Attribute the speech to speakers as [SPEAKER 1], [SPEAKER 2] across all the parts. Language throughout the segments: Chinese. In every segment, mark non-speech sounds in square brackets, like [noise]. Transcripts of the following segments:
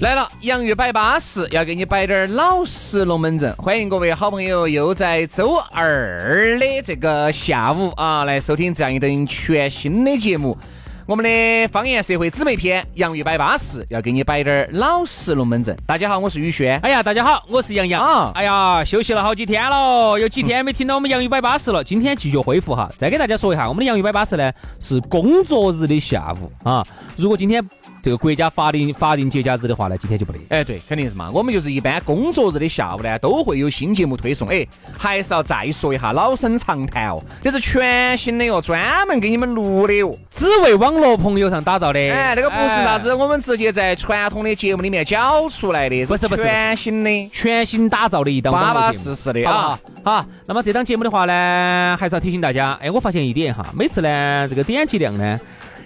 [SPEAKER 1] 来了，洋芋摆巴士，要给你摆点儿老实龙门阵。欢迎各位好朋友又在周二的这个下午啊，来收听这样一档全新的节目。我们的方言社会姊妹篇《洋芋摆巴士》要给你摆点儿老实龙门阵。大家好，我是宇轩。
[SPEAKER 2] 哎呀，大家好，我是杨洋。
[SPEAKER 1] 啊
[SPEAKER 2] 哎呀，休息了好几天了，有几天没听到我们洋芋摆巴士了。今天继续恢复哈，再给大家说一下，我们的洋芋摆巴士呢是工作日的下午啊。如果今天这个国家法定法定节假日的话呢，今天就不得。
[SPEAKER 1] 哎，对，肯定是嘛。我们就是一般工作日的下午呢，都会有新节目推送。哎，还是要再说一下老生常谈哦，这是全新的哦，专门给你们录的哦。
[SPEAKER 2] 只为网络朋友上打造的。
[SPEAKER 1] 哎，那个不是啥子，
[SPEAKER 2] 哎
[SPEAKER 1] 我们直接在传统的节目里面搅出来的，
[SPEAKER 2] 不是不是不是
[SPEAKER 1] 全新的，
[SPEAKER 2] 全新打造的一档
[SPEAKER 1] 巴
[SPEAKER 2] 网络
[SPEAKER 1] 巴
[SPEAKER 2] 节目
[SPEAKER 1] 适适的
[SPEAKER 2] 好不
[SPEAKER 1] 啊
[SPEAKER 2] 好。好，那么这档节目的话呢，还是要提醒大家，哎，我发现一点哈，每次呢这个点击量呢。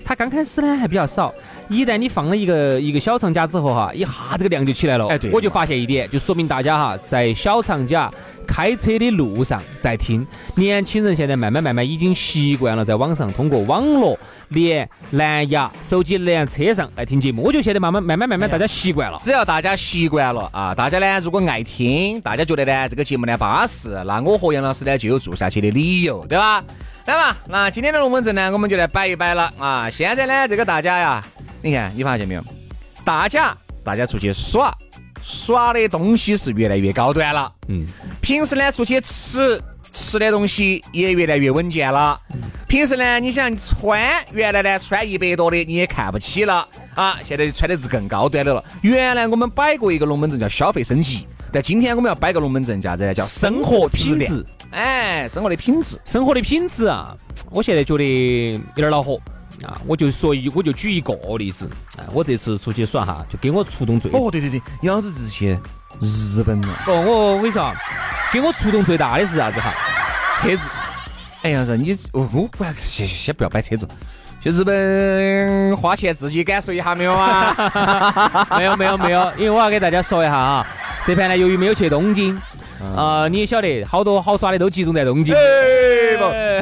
[SPEAKER 2] 它刚开始呢还比较少，一旦你放了一个一个小长假之后哈，一下这个量就起来了。
[SPEAKER 1] 哎对
[SPEAKER 2] 我就发现一点，就说明大家哈在小长假开车的路上在听，年轻人现在慢慢慢慢已经习惯了在网上通过网络连蓝牙手机连车上来听节目，我就现在慢慢慢慢慢慢大家习惯了。
[SPEAKER 1] 只要大家习惯了啊，大家呢如果爱听，大家觉得呢这个节目呢巴适，那我和杨老师呢就有做下去的理由，对吧？来吧，那今天的龙门阵呢，我们就来摆一摆了啊。现在呢，这个大家呀，你看你发现没有？大家大家出去耍，耍的东西是越来越高端了。
[SPEAKER 2] 嗯，
[SPEAKER 1] 平时呢，出去吃吃的东西也越来越稳健了。平时呢，你想穿，原来呢穿一百多的你也看不起了啊，现在穿的是更高端的了。原来我们摆过一个龙门阵叫消费升级，但今天我们要摆个龙门阵叫啥子呢？叫生活质
[SPEAKER 2] 品
[SPEAKER 1] 量。
[SPEAKER 2] 质。
[SPEAKER 1] 哎，生活的品质。
[SPEAKER 2] 生活的品质啊，我现在觉得有点恼火啊！我就说一，我就举一个例子，哎，我这次出去耍哈，就给我触动最，哦，
[SPEAKER 1] 哦，对对对，杨老师是去日本了。
[SPEAKER 2] 我我跟你说啊，给我触动最大的是啥子哈？车子，
[SPEAKER 1] 哎呀，是你哦，我不要，先先不要摆车子，去日本花钱自己感受一下没有
[SPEAKER 2] [laughs]
[SPEAKER 1] 啊？
[SPEAKER 2] 没有没有没有，因为我要给大家说一下啊，这盘呢，由于没有去东京，啊，你也晓得，好多好耍的都集中在东京，
[SPEAKER 1] 哎，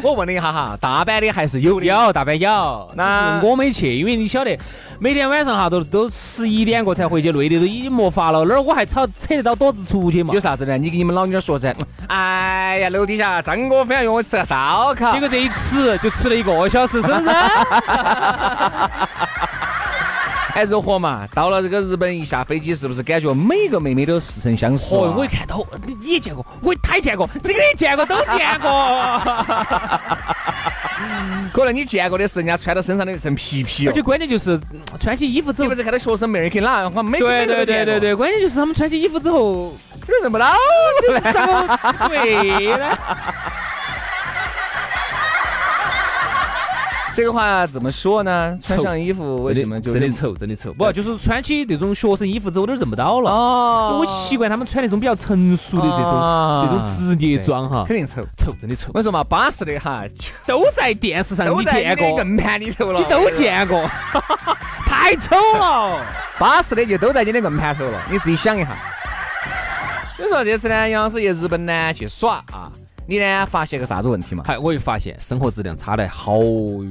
[SPEAKER 1] 不，我问你一下哈，大阪的还是有的。
[SPEAKER 2] 有大阪有，
[SPEAKER 1] 那
[SPEAKER 2] 那我没去，因为你晓得，每天晚上哈都都十一点过才回去，累的都已经没法了，哪儿我还操扯得到朵子出去嘛
[SPEAKER 1] 有？啥子呢？你给你们老妞儿说噻。嗯哎呀，楼底下张哥非要约我吃个烧烤
[SPEAKER 2] 结。果这一吃就吃了一个小时，是不是？
[SPEAKER 1] 哎，肉火嘛，到了这个日本一下飞机，是不是感觉每个妹妹都似曾相识、
[SPEAKER 2] [laughs]
[SPEAKER 1] 啊
[SPEAKER 2] 哦，我一，看到你你也见过，我他也见过，这个也见过，都见过。
[SPEAKER 1] [laughs] 可能你见过的是人家穿到身上的那层皮皮
[SPEAKER 2] 而
[SPEAKER 1] 哦
[SPEAKER 2] 且。关键就是嗯穿起衣服之
[SPEAKER 1] 你
[SPEAKER 2] 后
[SPEAKER 1] 不，是看到学生妹儿去哪，我每个
[SPEAKER 2] 对
[SPEAKER 1] 妹都
[SPEAKER 2] 对对
[SPEAKER 1] 见过
[SPEAKER 2] 对，对，关键就是他们穿起衣服之后， [laughs]
[SPEAKER 1] 有人认不到。
[SPEAKER 2] 怎么对呢？
[SPEAKER 1] 这个话怎么说呢？穿
[SPEAKER 2] 丑
[SPEAKER 1] 上衣服为什么就
[SPEAKER 2] 真的
[SPEAKER 1] 认
[SPEAKER 2] 丑，真的 [laughs] 丑。不，就是穿起那种学生衣服之后，都认不到了。
[SPEAKER 1] 哦，
[SPEAKER 2] 我习惯他们穿那种比较成熟的这
[SPEAKER 1] 啊
[SPEAKER 2] 种这种职业装哈，
[SPEAKER 1] 肯定丑。
[SPEAKER 2] 丑，真的丑
[SPEAKER 1] 我。跟你说嘛，巴适的哈，
[SPEAKER 2] 都在电视上
[SPEAKER 1] 都
[SPEAKER 2] 你
[SPEAKER 1] 在
[SPEAKER 2] 见
[SPEAKER 1] 你的
[SPEAKER 2] 过，
[SPEAKER 1] 硬盘里头了，
[SPEAKER 2] 你都
[SPEAKER 1] [laughs]
[SPEAKER 2] 见过，太丑了。
[SPEAKER 1] 巴适的就都在你的硬盘头了，你自己想一下。所以说这次呢，杨老师去日本呢去耍啊，你呢发现个啥子问题嘛？
[SPEAKER 2] 还哎我又发现生活质量差得好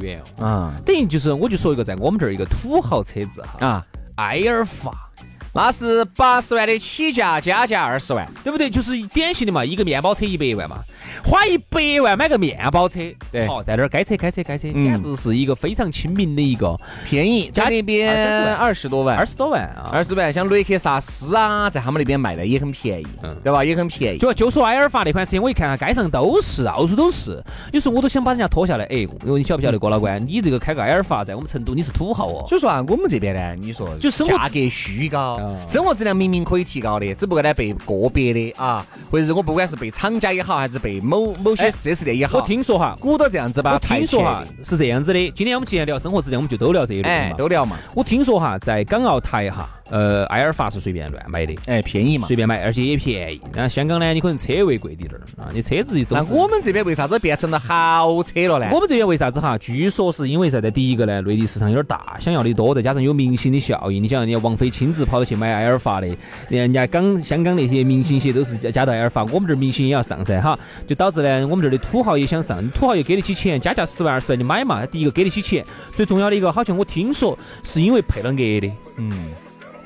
[SPEAKER 2] 远哦。
[SPEAKER 1] 啊
[SPEAKER 2] 等于就是，我就说一个，在我们这儿一个土豪车子哈，
[SPEAKER 1] 啊，
[SPEAKER 2] 埃尔法，
[SPEAKER 1] 那是八十万的起价，加价二十万。
[SPEAKER 2] 对不对？就是典型的嘛，一个面包车一百万嘛，花一百万买个面包车，
[SPEAKER 1] 对
[SPEAKER 2] 好，在那儿该车该车该车，
[SPEAKER 1] 嗯
[SPEAKER 2] 简直是一个非常亲民的一个
[SPEAKER 1] 便宜，在那
[SPEAKER 2] 啊
[SPEAKER 1] 边二十多万，
[SPEAKER 2] 二十多万啊。
[SPEAKER 1] 二十多万，像雷克萨斯啊，在他们那边卖的也很便宜，
[SPEAKER 2] 嗯
[SPEAKER 1] 对吧？也很便宜。
[SPEAKER 2] 就就说埃尔法那款车，我一看啊，街上都是，到处都是，有时候我都想把人家拖下来。哎，因为你晓不晓得郭老官，你这个开个埃尔法，在我们成都你是土豪哦。
[SPEAKER 1] 所以说啊，我们这边呢，你说
[SPEAKER 2] 就生活
[SPEAKER 1] 价格虚高
[SPEAKER 2] 哦，
[SPEAKER 1] 生活质量明明可以提高的，只不过呢被个别的啊，或者是我不管是被厂家也好，还是被某某些
[SPEAKER 2] 哎
[SPEAKER 1] 四 S 店也好，
[SPEAKER 2] 我听说哈，
[SPEAKER 1] 鼓捣这样子吧，
[SPEAKER 2] 我听说哈是这样子的，今天我们既然聊生活质量，我们就都聊这一类的
[SPEAKER 1] 哎
[SPEAKER 2] 嘛，。
[SPEAKER 1] 都聊嘛，
[SPEAKER 2] 我听说哈，在港澳台哈，呃，埃尔法是随便乱买的，
[SPEAKER 1] 哎，便宜嘛。
[SPEAKER 2] 随便买，而且也便宜。然后香港呢，你可能车位贵滴点儿啊，你车子都
[SPEAKER 1] 那
[SPEAKER 2] 是。
[SPEAKER 1] 我们这边为啥子变成了豪车了呢？
[SPEAKER 2] 我们这边为啥子哈？据说是因为啥子？第一个呢，内地市场有点大，想要的多，再加上有明星的效应。你想，人家王菲亲自跑到去买埃尔法的，人家港香港那些明星些都是加加到埃尔法，我们这儿明星也要上噻哈，就导致呢，我们这儿的土豪也想上，土豪又给得起钱，加价十万二十万就买嘛。第一个给得起钱，最重要的一个，好像我听说是因为配了额的，
[SPEAKER 1] 嗯，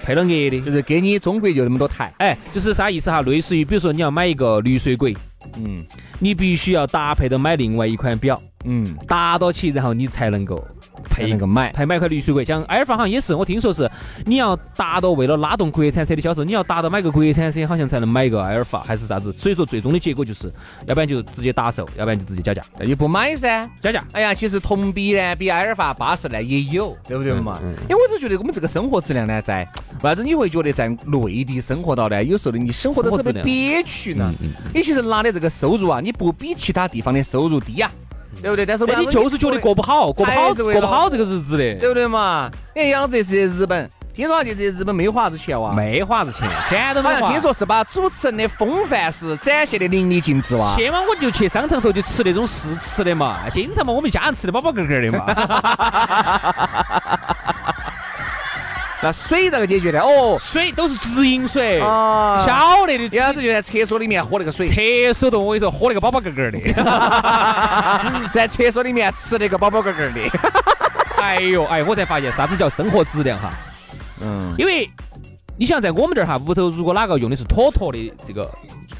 [SPEAKER 2] 配了额的
[SPEAKER 1] 就。是给你中国就那么多台，
[SPEAKER 2] 哎，就是啥意思哈？类似于比如说你要买一个绿水鬼，
[SPEAKER 1] 嗯
[SPEAKER 2] 你必须要搭配的买另外一款表，
[SPEAKER 1] 嗯，
[SPEAKER 2] 搭到起，然后你才能够
[SPEAKER 1] 配那个买，
[SPEAKER 2] 拍买块绿水鬼，像埃尔法好像也是，我听说是你要达到为了拉动国产车的销售，你要达到买个国产车，好像才能买一个埃尔法还是啥子，所以说最终的结果就是，要不然就直接打售，要不然就直接加价，
[SPEAKER 1] 那就不买噻。
[SPEAKER 2] 加价。
[SPEAKER 1] 哎呀，其实同比呢，比埃尔法、巴士呢也有，对不对嘛？
[SPEAKER 2] 嗯
[SPEAKER 1] 因为我就觉得我们这个生活质量呢，在为啥子你会觉得在内地生活到呢？有时候你生活的
[SPEAKER 2] 生活
[SPEAKER 1] 特别
[SPEAKER 2] 质量
[SPEAKER 1] 憋屈呢。
[SPEAKER 2] 嗯
[SPEAKER 1] 你其实拿的这个收入啊，你不比其他地方的收入低呀、啊对不对？但是为
[SPEAKER 2] 哎，
[SPEAKER 1] 啥子
[SPEAKER 2] 你就是觉得过不好，过不
[SPEAKER 1] 还
[SPEAKER 2] 好，
[SPEAKER 1] 哎是为了
[SPEAKER 2] 过不好这个日子的，
[SPEAKER 1] 对不对嘛？你看杨老师这次去日本，听说这次日本没有花啥子钱哇？
[SPEAKER 2] 没花子钱，钱都没
[SPEAKER 1] 好像
[SPEAKER 2] 花。
[SPEAKER 1] 听说是把主持人的风范是展现的淋漓尽致哇。
[SPEAKER 2] 去嘛，我就去商场头就吃那种试吃的嘛，哎经常嘛，我们家人吃的饱饱嗝嗝的嘛。
[SPEAKER 1] [laughs] 那水咋个解决的？哦，
[SPEAKER 2] 水都是直饮水，
[SPEAKER 1] 啊
[SPEAKER 2] 晓得的。
[SPEAKER 1] 杨老师就在厕所里面喝那个水，
[SPEAKER 2] 厕所头我跟你说，喝那个饱饱嗝嗝的。 [laughs]
[SPEAKER 1] 在厕所里面吃那个饱饱嗝嗝的。
[SPEAKER 2] 哎呦，哎，我才发现啥子叫生活质量哈。
[SPEAKER 1] 嗯，
[SPEAKER 2] 因为你想在我们这儿哈，屋头如果哪个用的是妥妥的这个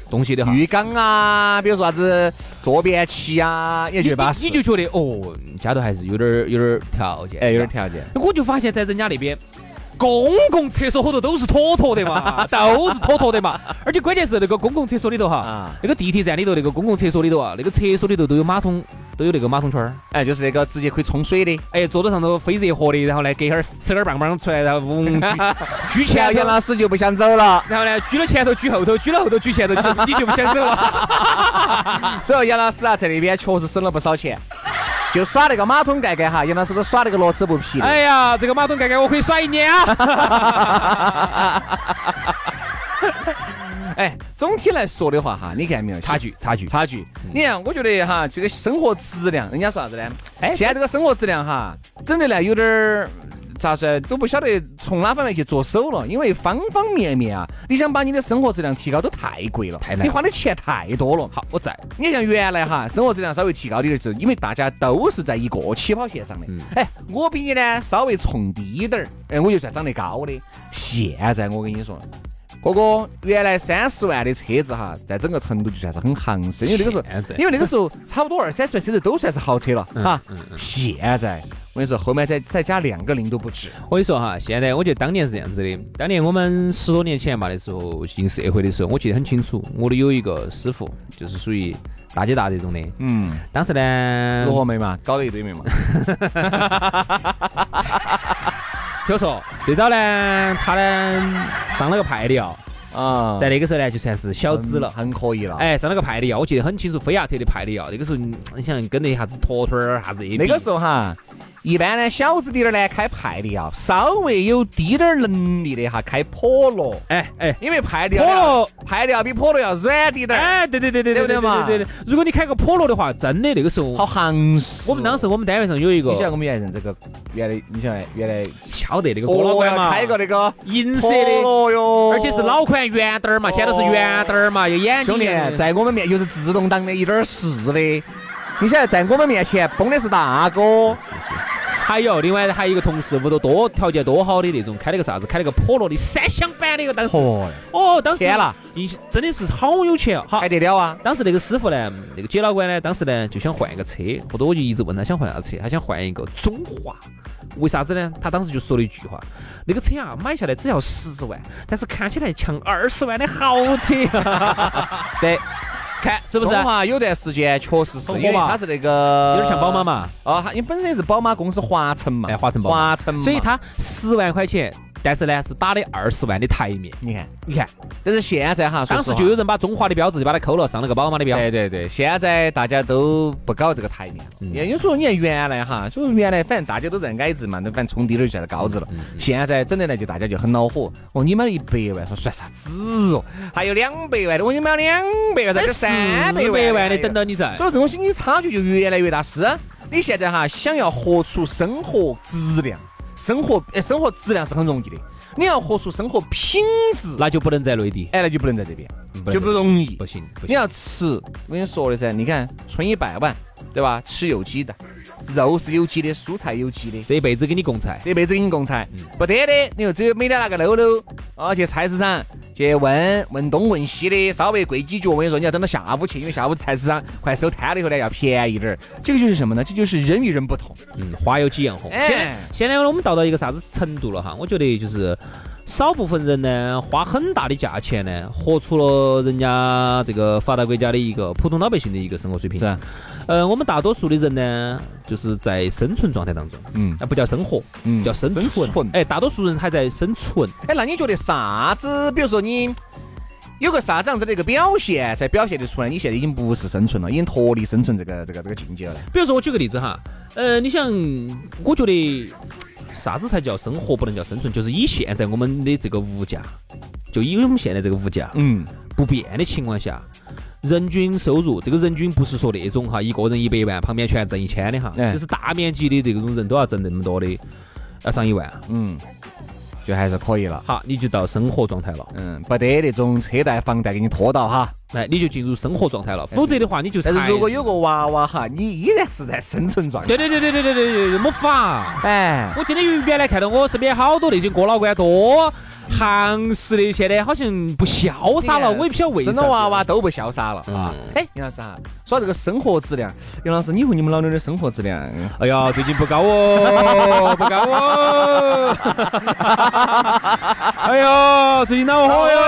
[SPEAKER 2] 东西的哈，
[SPEAKER 1] 浴缸啊，比如说啥子坐便器啊，也
[SPEAKER 2] 你
[SPEAKER 1] 觉得巴
[SPEAKER 2] 你
[SPEAKER 1] 适。
[SPEAKER 2] 你就觉得哦，家头还是有点儿有点儿条件，
[SPEAKER 1] 哎，有点。条件。
[SPEAKER 2] 我就发现，在人家那边。公共厕所后头都是妥妥的嘛，都是妥妥的嘛，而且关键是那个公共厕所里头哈
[SPEAKER 1] 啊，
[SPEAKER 2] 那个地铁站里头那个公共厕所里头啊，那个厕所里头都有马桶，都有那个马桶圈儿，
[SPEAKER 1] 哎，就是那个直接可以冲水的。
[SPEAKER 2] 哎，桌子上头非热和的，然后呢，隔一会儿吃点儿棒棒出来，然后嗡举举起来，
[SPEAKER 1] 杨老师就不想走了，
[SPEAKER 2] 然后呢，举了前头举后头，举了后头举前头，你就你就不想走了。
[SPEAKER 1] 所以杨老师啊，在那边确实省了不少钱。就耍那个马桶盖盖哈，杨老师都耍那个乐此不疲的。
[SPEAKER 2] 哎呀，这个马桶盖盖我可以耍一年啊！
[SPEAKER 1] 哎，总体来说的话哈，你看没有
[SPEAKER 2] 差距，嗯差距，
[SPEAKER 1] 差距？你看，我觉得哈，这个生活质量，人家说啥子呢？
[SPEAKER 2] 哎
[SPEAKER 1] 现在这个生活质量哈，整的呢有点儿。咋说呢都不晓得从哪方面去着手了，因为方方面面啊，你想把你的生活质量提高都太贵了，
[SPEAKER 2] 太难了
[SPEAKER 1] 你花的钱太多了。
[SPEAKER 2] 好，我在。
[SPEAKER 1] 你像原来哈，生活质量稍微提高点的时候，因为大家都是在一个起跑线上的。
[SPEAKER 2] 嗯
[SPEAKER 1] 哎，我比你呢稍微冲低点儿，哎，我就算长得高的。现在我跟你说，哥哥，原来三十万的车子哈，在整个成都就算是很行势，因为那个时候
[SPEAKER 2] 现在，嗯
[SPEAKER 1] 因为那个时候差不多二三十万车子都算是豪车了哈。现在我跟你说，后面再再加两个零都不止。
[SPEAKER 2] 我跟你说哈，现在我觉得当年是这样子的，当年我们十多年前嘛的时候进社会的时候，我记得很清楚，我的有一个师傅就是属于大姐大这种的，
[SPEAKER 1] 嗯，
[SPEAKER 2] 当时呢，
[SPEAKER 1] 罗梅嘛，搞了一堆眉
[SPEAKER 2] [laughs]
[SPEAKER 1] 嘛。
[SPEAKER 2] 听我说最早呢，他呢上了个派的药，
[SPEAKER 1] 啊，
[SPEAKER 2] 在那个时候呢就算是小资了。
[SPEAKER 1] 很可以了。哎，
[SPEAKER 2] 哎，上了个派的药，我记得很清楚，菲亚特的派的药。那个时候，嗯你想跟那啥子坨坨儿啥子
[SPEAKER 1] 那个时候哈，一般呢小资点儿呢开派的啊，稍微有低点儿能力的哈开普罗，
[SPEAKER 2] 候，哎哎，
[SPEAKER 1] 因为派的
[SPEAKER 2] 普罗
[SPEAKER 1] 派的要比普罗要软滴点儿，
[SPEAKER 2] 哎，对对对对
[SPEAKER 1] 对不对嘛
[SPEAKER 2] 对对，如果你开个 Polo 的话，真的那个时候，
[SPEAKER 1] 好行势。
[SPEAKER 2] 我们当时。我们单位上有一个
[SPEAKER 1] 你晓得我们原来认这个原来，你晓得原来
[SPEAKER 2] 晓得那个郭老
[SPEAKER 1] 哦
[SPEAKER 2] 倌嘛，
[SPEAKER 1] 开一个那个
[SPEAKER 2] 银色
[SPEAKER 1] 普
[SPEAKER 2] 的，
[SPEAKER 1] 罗哟，
[SPEAKER 2] 而且是老款圆灯儿嘛，现在都是圆灯儿嘛，有眼睛
[SPEAKER 1] 哦兄弟，在我们面又是自动挡的，一点儿是的。你晓得在我们面前崩的是大哥，
[SPEAKER 2] 还有另外还有一个同事屋头多条件多好的那种，开了个啥子，开了个 Polo 的三厢版的一个当时，
[SPEAKER 1] 哦，
[SPEAKER 2] 哦，当时
[SPEAKER 1] 天啦，
[SPEAKER 2] 印象真的是好有钱啊，好
[SPEAKER 1] 还。得了啊？
[SPEAKER 2] 当时那个师傅呢，那个姐老倌呢，当时呢就想换一个车，后头我就一直问他想换啥车，他想换一个中华，为啥子呢？他当时就说了一句话，那个车啊买下来只要十万，但是看起来像二十万的啊豪车、对，看是
[SPEAKER 1] 是
[SPEAKER 2] 不是？啊
[SPEAKER 1] 中华有段时间确实是，
[SPEAKER 2] 很火
[SPEAKER 1] 因为
[SPEAKER 2] 嘛
[SPEAKER 1] 它是那个
[SPEAKER 2] 有点像宝马嘛，
[SPEAKER 1] 哦，它因为本身也是宝马公司华晨嘛，
[SPEAKER 2] 哎华晨宝马
[SPEAKER 1] 华晨嘛，
[SPEAKER 2] 所以他十万块钱。但是呢是打的二十万的台面。
[SPEAKER 1] 你看，
[SPEAKER 2] 你看，
[SPEAKER 1] 但是现在哈，说
[SPEAKER 2] 当
[SPEAKER 1] 实
[SPEAKER 2] 时
[SPEAKER 1] 话
[SPEAKER 2] 就有人把中华的标志就把它抠了，上了个宝马的标。
[SPEAKER 1] 对对对，现在大家都不搞这个台面。
[SPEAKER 2] 嗯
[SPEAKER 1] 也就是说，你看原来哈，就是原来反正大家都在矮子嘛，那反正冲低点儿就在高子了。
[SPEAKER 2] 嗯
[SPEAKER 1] 现在整的来就大家就很恼火，哦，你买了一百万，说算啥子哦？还有两百万的，我你买了两百万的，
[SPEAKER 2] 哎
[SPEAKER 1] 还有三百
[SPEAKER 2] 百万的
[SPEAKER 1] 还有
[SPEAKER 2] 等到你在。
[SPEAKER 1] 所以这东西你差距就越来越大。是，啊你现在哈想要活出生活质量，生活哎生活质量是很容易的，你要活出生活品质，
[SPEAKER 2] 那就不能在内地，
[SPEAKER 1] 哎那就不能在这边，
[SPEAKER 2] 不能
[SPEAKER 1] 就不容易。
[SPEAKER 2] 不行，不
[SPEAKER 1] 你
[SPEAKER 2] 行。
[SPEAKER 1] 要吃，我跟你说的噻，你看存一百万，对吧？吃有机的，肉是有机的，蔬菜有机的，
[SPEAKER 2] 这一辈子给你供菜，
[SPEAKER 1] 这辈子给你供菜，不得的。你就只有每天拿个篓篓啊去菜市场去问问东问西的，稍微贵几角。我跟你说，你要等到下午去，因为下午菜市场快收摊了以后呢，要便宜点儿。这个就是什么呢？这就是人与人不同。
[SPEAKER 2] 嗯，花有几样红。
[SPEAKER 1] 哎
[SPEAKER 2] 现在现在我们到到一个啥子程度了哈？我觉得就是少部分人呢，花很大的价钱呢，活出了人家这个发达国家的一个普通老百姓的一个生活水平。
[SPEAKER 1] 是啊，
[SPEAKER 2] 呃，我们大多数的人呢，就是在生存状态当中，啊
[SPEAKER 1] 嗯
[SPEAKER 2] 那不叫生活，
[SPEAKER 1] 嗯
[SPEAKER 2] 叫生
[SPEAKER 1] 生存
[SPEAKER 2] 存。哎，大多数人还在生存。
[SPEAKER 1] 哎，那你觉得啥子？比如说你有个啥子样子的一个表现，才表现得出来？你现在已经不是生存了，已经脱离生存这个这个这个境界了。
[SPEAKER 2] 比如说，我举个例子哈，呃，你想，我觉得啥子才叫生活，不能叫生存，就是以现在我们的这个物价，就以我们现在这个物价
[SPEAKER 1] 嗯。
[SPEAKER 2] 不变的情况下，人均收入，这个人均不是说那种哈，一个人一百万，旁边全挣一千的哈，
[SPEAKER 1] 哎
[SPEAKER 2] 就是大面积的这种人都要挣那么多的，要上一万，
[SPEAKER 1] 嗯，就还是可以了。
[SPEAKER 2] 好，你就到生活状态了，
[SPEAKER 1] 嗯，不得那种车贷、房贷给你拖到哈。
[SPEAKER 2] 哎，你就进入生活状态了，否则的话，你就
[SPEAKER 1] 但哎是
[SPEAKER 2] 还
[SPEAKER 1] 如果有个娃娃哈，你依然是在生存状态。
[SPEAKER 2] 对对对对对对对对，对没法。
[SPEAKER 1] 哎，
[SPEAKER 2] 我今天原来看到我身边好多那些哥老倌多行实的，现在好像不潇洒了，我也不晓得为啥。
[SPEAKER 1] 生了娃娃，都不潇洒了啊！哎，杨老师哈，说到这个生活质量，杨老师，你和你们老妞儿的生活质量，
[SPEAKER 2] 哎呀，最近不高哦， [laughs] 不高 [laughs] 哦。哎呀，最近恼火哟，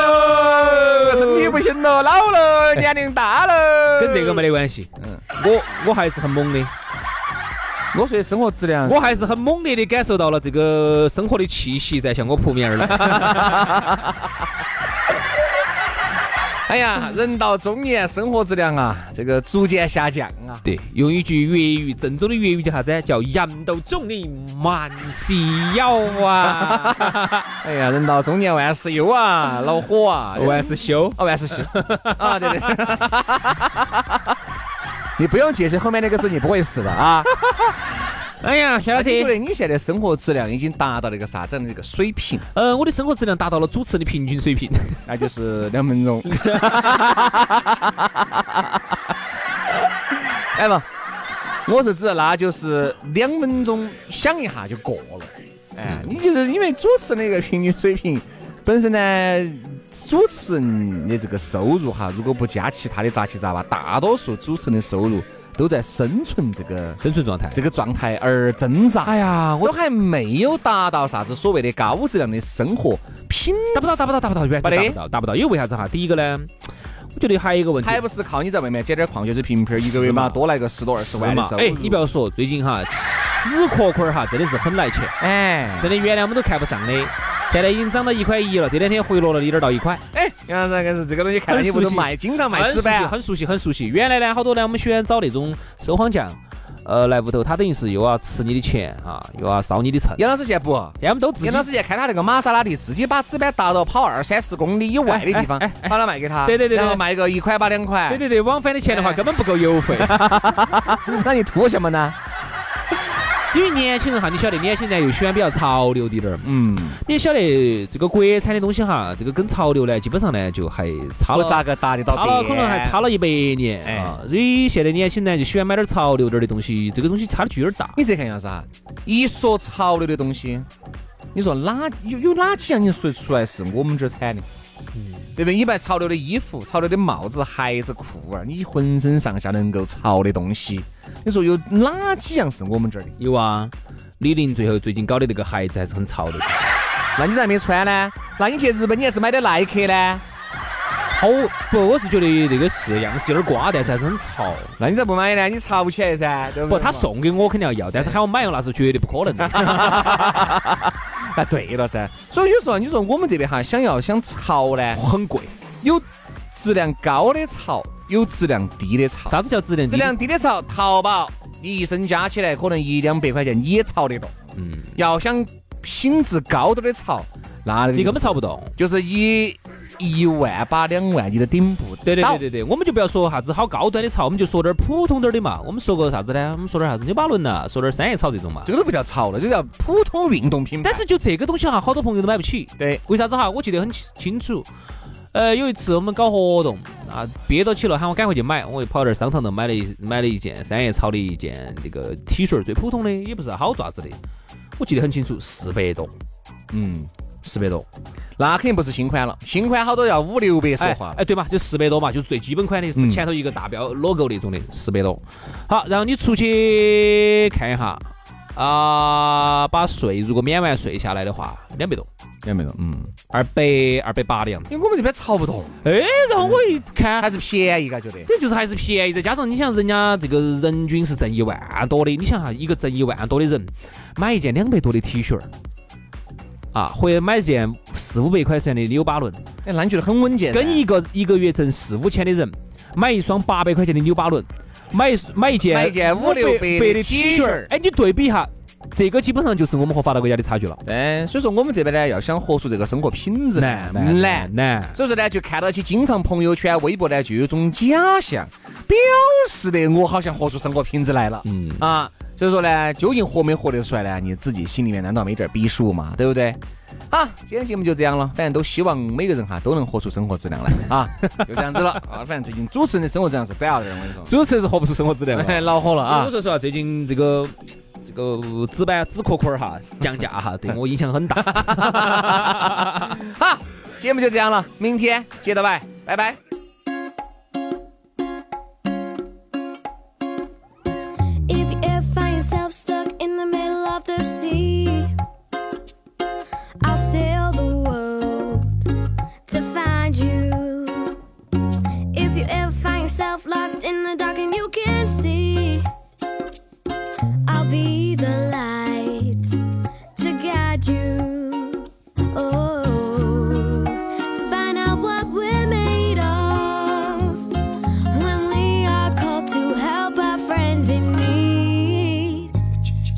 [SPEAKER 1] 身体不行了，老了，年龄大了，
[SPEAKER 2] 跟这个没得关系。
[SPEAKER 1] 嗯
[SPEAKER 2] 嗯，我我还是很猛的，
[SPEAKER 1] 我说的生活质量，
[SPEAKER 2] 我还是很猛烈的感受到了这个生活的气息在向我扑面而 [laughs] 来。
[SPEAKER 1] 哎呀，人到中年，生活质量啊，这个逐渐下降啊。
[SPEAKER 2] 对，用一句粤语，郑州的粤语叫啥子？叫人都肿的蛮细腰啊。 [laughs]
[SPEAKER 1] 哎呀，人到中年，万事忧啊，恼火啊，
[SPEAKER 2] 万事休。
[SPEAKER 1] 哦，万事休啊，对对。
[SPEAKER 2] [laughs]
[SPEAKER 1] 你不用解释后面那个字，你不会死的啊！
[SPEAKER 2] 哎呀，薛老
[SPEAKER 1] 而且你觉
[SPEAKER 2] 师，
[SPEAKER 1] 得你现在生活质量已经达到了一个啥子样的一个水平？
[SPEAKER 2] 呃，我的生活质量达到了主持人的平均水平。 [laughs]
[SPEAKER 1] 那就是两分钟。 [laughs] 哎嘛，我是指那就是两分钟想一下就过了。哎，你就是因为主持那个平均水平本身呢，主持人的这个收入哈，如果不加其他的杂七杂八，大多数主持人的收入都在生存这个
[SPEAKER 2] 生存状态
[SPEAKER 1] 这个状态而挣扎。
[SPEAKER 2] 哎呀，我
[SPEAKER 1] 都还没有达到啥子所谓的高质量的生活品
[SPEAKER 2] 达不到，达不到，达不到，远
[SPEAKER 1] 不
[SPEAKER 2] 远
[SPEAKER 1] 得
[SPEAKER 2] 达不到，达不到。因为为啥子哈？第一个呢，我觉得还有一个问题，
[SPEAKER 1] 还不是靠你在外面捡点矿泉水瓶瓶儿，一个月
[SPEAKER 2] 是
[SPEAKER 1] 嘛
[SPEAKER 2] 嘛
[SPEAKER 1] 多来个十多二十
[SPEAKER 2] 是
[SPEAKER 1] 万的
[SPEAKER 2] 嘛
[SPEAKER 1] 收？入。
[SPEAKER 2] 哎，你不要说，最近哈，纸壳壳儿哈，真的是很来钱，
[SPEAKER 1] 哎
[SPEAKER 2] 真的原来我们都看不上的，现在已经涨到一块一了，这两天回落了一点儿到一块。
[SPEAKER 1] 哎，杨老师，硬是这个东西看到
[SPEAKER 2] 很
[SPEAKER 1] 你不都
[SPEAKER 2] 熟悉
[SPEAKER 1] 卖，经常卖纸板啊？
[SPEAKER 2] 很熟悉，很熟悉。原来呢，好多呢，我们喜欢找那种收荒匠，呃，来屋头，他等于是又要吃你的钱啊，又要烧你的秤。
[SPEAKER 1] 杨老师现在不，
[SPEAKER 2] 现在我们都自己
[SPEAKER 1] 杨老师现在开他那个玛莎拉蒂，自己把纸板搭到跑二三十公里以外的地方，把它卖给他，
[SPEAKER 2] 对对对对
[SPEAKER 1] 然后卖个一块八两块，
[SPEAKER 2] 哎对对对，往返的钱的话
[SPEAKER 1] 哎
[SPEAKER 2] 根本不够邮费，
[SPEAKER 1] 对，那你图什么呢？
[SPEAKER 2] 因为年轻人哈，你晓得，年轻人又喜欢比较潮流的点儿嘛。
[SPEAKER 1] 嗯，
[SPEAKER 2] 你也晓得这个国产的东西哈，这个跟潮流呢，基本上呢就还差
[SPEAKER 1] 不
[SPEAKER 2] 了
[SPEAKER 1] 咋个搭得到
[SPEAKER 2] 差了
[SPEAKER 1] 边，
[SPEAKER 2] 可能还差了一百年
[SPEAKER 1] 哎
[SPEAKER 2] 啊。所以现在年轻人呢就喜欢买点儿潮流点儿的东西，这个东西差的距有点大。
[SPEAKER 1] 你再看杨啥？一说潮流的东西，你说哪有有哪几样你说得出来是我们这儿产的？
[SPEAKER 2] 嗯
[SPEAKER 1] 对不对？你买潮流的衣服、潮流的帽子、鞋子、裤儿，你浑身上下能够潮的东西，你说有哪几样是我们这儿的？
[SPEAKER 2] 有啊，李宁最后最近搞的那个鞋子还是很潮的。
[SPEAKER 1] 那你咋没穿呢？那你去日本你还是买的耐克呢？
[SPEAKER 2] 好不，我是觉得那个是样式有点瓜，但是还是很潮。
[SPEAKER 1] 那你咋不买呢？你吵不起来噻，对不
[SPEAKER 2] 不，
[SPEAKER 1] 对？
[SPEAKER 2] 他送给我肯定要要，但是喊我买用那是绝对不可能的。
[SPEAKER 1] [laughs] 那啊对了噻。所以有时候你说我们这边哈，想要想潮呢，
[SPEAKER 2] 很贵。
[SPEAKER 1] 有质量高的潮，有质量低的潮。
[SPEAKER 2] 啥子叫质量低？
[SPEAKER 1] 质量低的潮，淘宝你一身加起来可能一两百块钱也潮得动。嗯，要想品质高点的潮，那那个
[SPEAKER 2] 你根
[SPEAKER 1] 就
[SPEAKER 2] 本潮不动。
[SPEAKER 1] 就是一一万八两万你都顶不
[SPEAKER 2] 对对
[SPEAKER 1] 到
[SPEAKER 2] 对对对，我们就不要说啥子好高端的潮，我们就说点儿普通点儿的嘛。我们说过啥子呢？我们说点儿啥子纽巴伦呐，说点儿三叶草这种嘛。
[SPEAKER 1] 这个都不叫潮了，这叫普通运动品牌。
[SPEAKER 2] 但是就这个东西哈，好多朋友都买不起。
[SPEAKER 1] 对，
[SPEAKER 2] 为啥子哈？我记得很清清楚。呃，有一次我们搞活动啊，憋到起了，喊我赶快去买，我就跑到商场头买了一买了一件三叶草的一件那个 T 恤，最普通的，也不是好爪子的。我记得很清楚，四百多，
[SPEAKER 1] 嗯，
[SPEAKER 2] 四百多。
[SPEAKER 1] 那肯定不是新款了，新款好多要五六百，说
[SPEAKER 2] 哎
[SPEAKER 1] 话了。
[SPEAKER 2] 哎，对嘛，就四百多嘛，就是最基本款的，是
[SPEAKER 1] 嗯
[SPEAKER 2] 前头一个大标 logo 那种的，四百多。好，然后你出去看一下，啊、把税如果免完税下来的话，两百多，
[SPEAKER 1] 有没有？嗯，
[SPEAKER 2] 二百二百八的样子。
[SPEAKER 1] 因为我们这边潮不动，
[SPEAKER 2] 哎，然后我一看，
[SPEAKER 1] 还是便宜，嘎觉得。
[SPEAKER 2] 对，就是还是便宜，再加上你想人家这个人均是挣一万多的，你想哈，一个挣一万多的人买一件两百多的 T 恤儿，啊，或者买一件四五百块钱的纽巴伦，
[SPEAKER 1] 哎，那你觉得很稳健噻？
[SPEAKER 2] 跟一个一个月挣四五千的人买一双八百块钱的纽巴伦，买一买一件
[SPEAKER 1] 买一件五六百
[SPEAKER 2] 百的
[SPEAKER 1] 的
[SPEAKER 2] T 恤
[SPEAKER 1] T 恤
[SPEAKER 2] 儿
[SPEAKER 1] 儿，
[SPEAKER 2] 哎，你对比一下，这个基本上就是我们和发达国家的差距了，
[SPEAKER 1] 哎，所以说我们这边呢，要想活出这个生活品质呢，难。
[SPEAKER 2] 难。
[SPEAKER 1] 所以说呢，就看到起经常朋友圈、微博呢，就有种假象，表示的我好像活出生活品质来了。
[SPEAKER 2] 嗯
[SPEAKER 1] 啊，所以说呢，究竟活没活得出来呢？你自己心里面难道没点儿逼数吗？对不对？好，今天节目就这样了，反正都希望每个人哈都能活出生活质量来啊，就这样子了啊。反正最近主持人的生活质量是摆了点儿，我跟你说，
[SPEAKER 2] 主持人是活不出生活质 [laughs] 量
[SPEAKER 1] [laughs]
[SPEAKER 2] 了。啊
[SPEAKER 1] 恼火了
[SPEAKER 2] 哎
[SPEAKER 1] 啊
[SPEAKER 2] 我！说实话，最近这个这个纸板纸壳壳儿哈降价哈， [laughs] 对我影响很大。
[SPEAKER 1] 好，节目就这样了，明天接着拜，拜拜。
[SPEAKER 3] If you ever find yourself stuck in the middle of the sea, I'll sail the world to find you. If you ever find yourself lost in the dark and you can't see, I'll be the light to guide you. Oh, find out what we're made of when we are called to help our friends in need.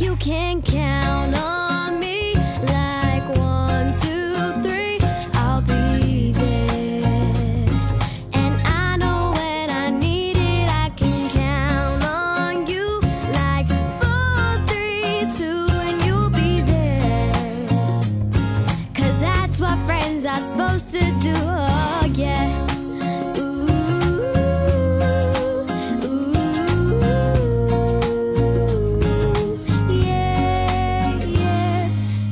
[SPEAKER 3] You can count on me like one, two, three. I'll be there. And I know when I need it, I can count on you like four, three, two, and you'll be there. Cause that's what friends are supposed to do, oh yeah. Ooh, ooh, yeah, yeah.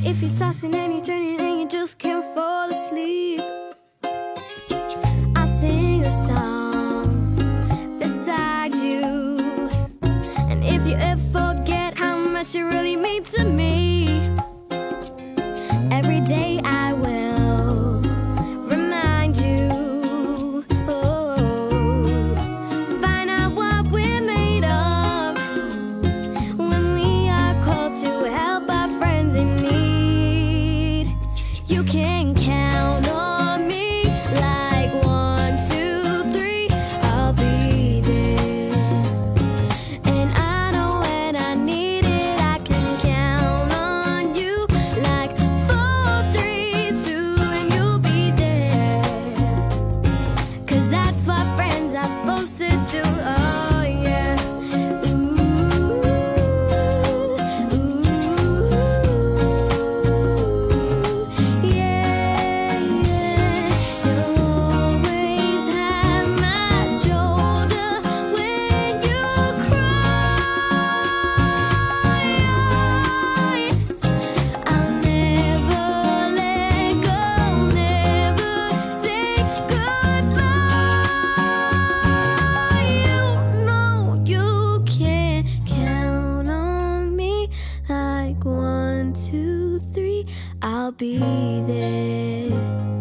[SPEAKER 3] If you're tossing and you're turning and you just can't fall asleep, I'll sing a song beside you. And if you ever forget how much you really mean to me, every day I will remind you. Oh, find out what we're made of when we are called to help our friends in need. You can count on me like one, two, three. I'll be there. And I know when I need it, I can count on you. Like four, three, two, and you'll be there. 'Cause that's what friends are supposed to do. Oh yeah. Ooh, ooh, yeah, yeah. You'll always have my shoulder when you cry. I'll never let go, never say goodbye. You know you can count on me like one, two, three. I'll be there. Oh,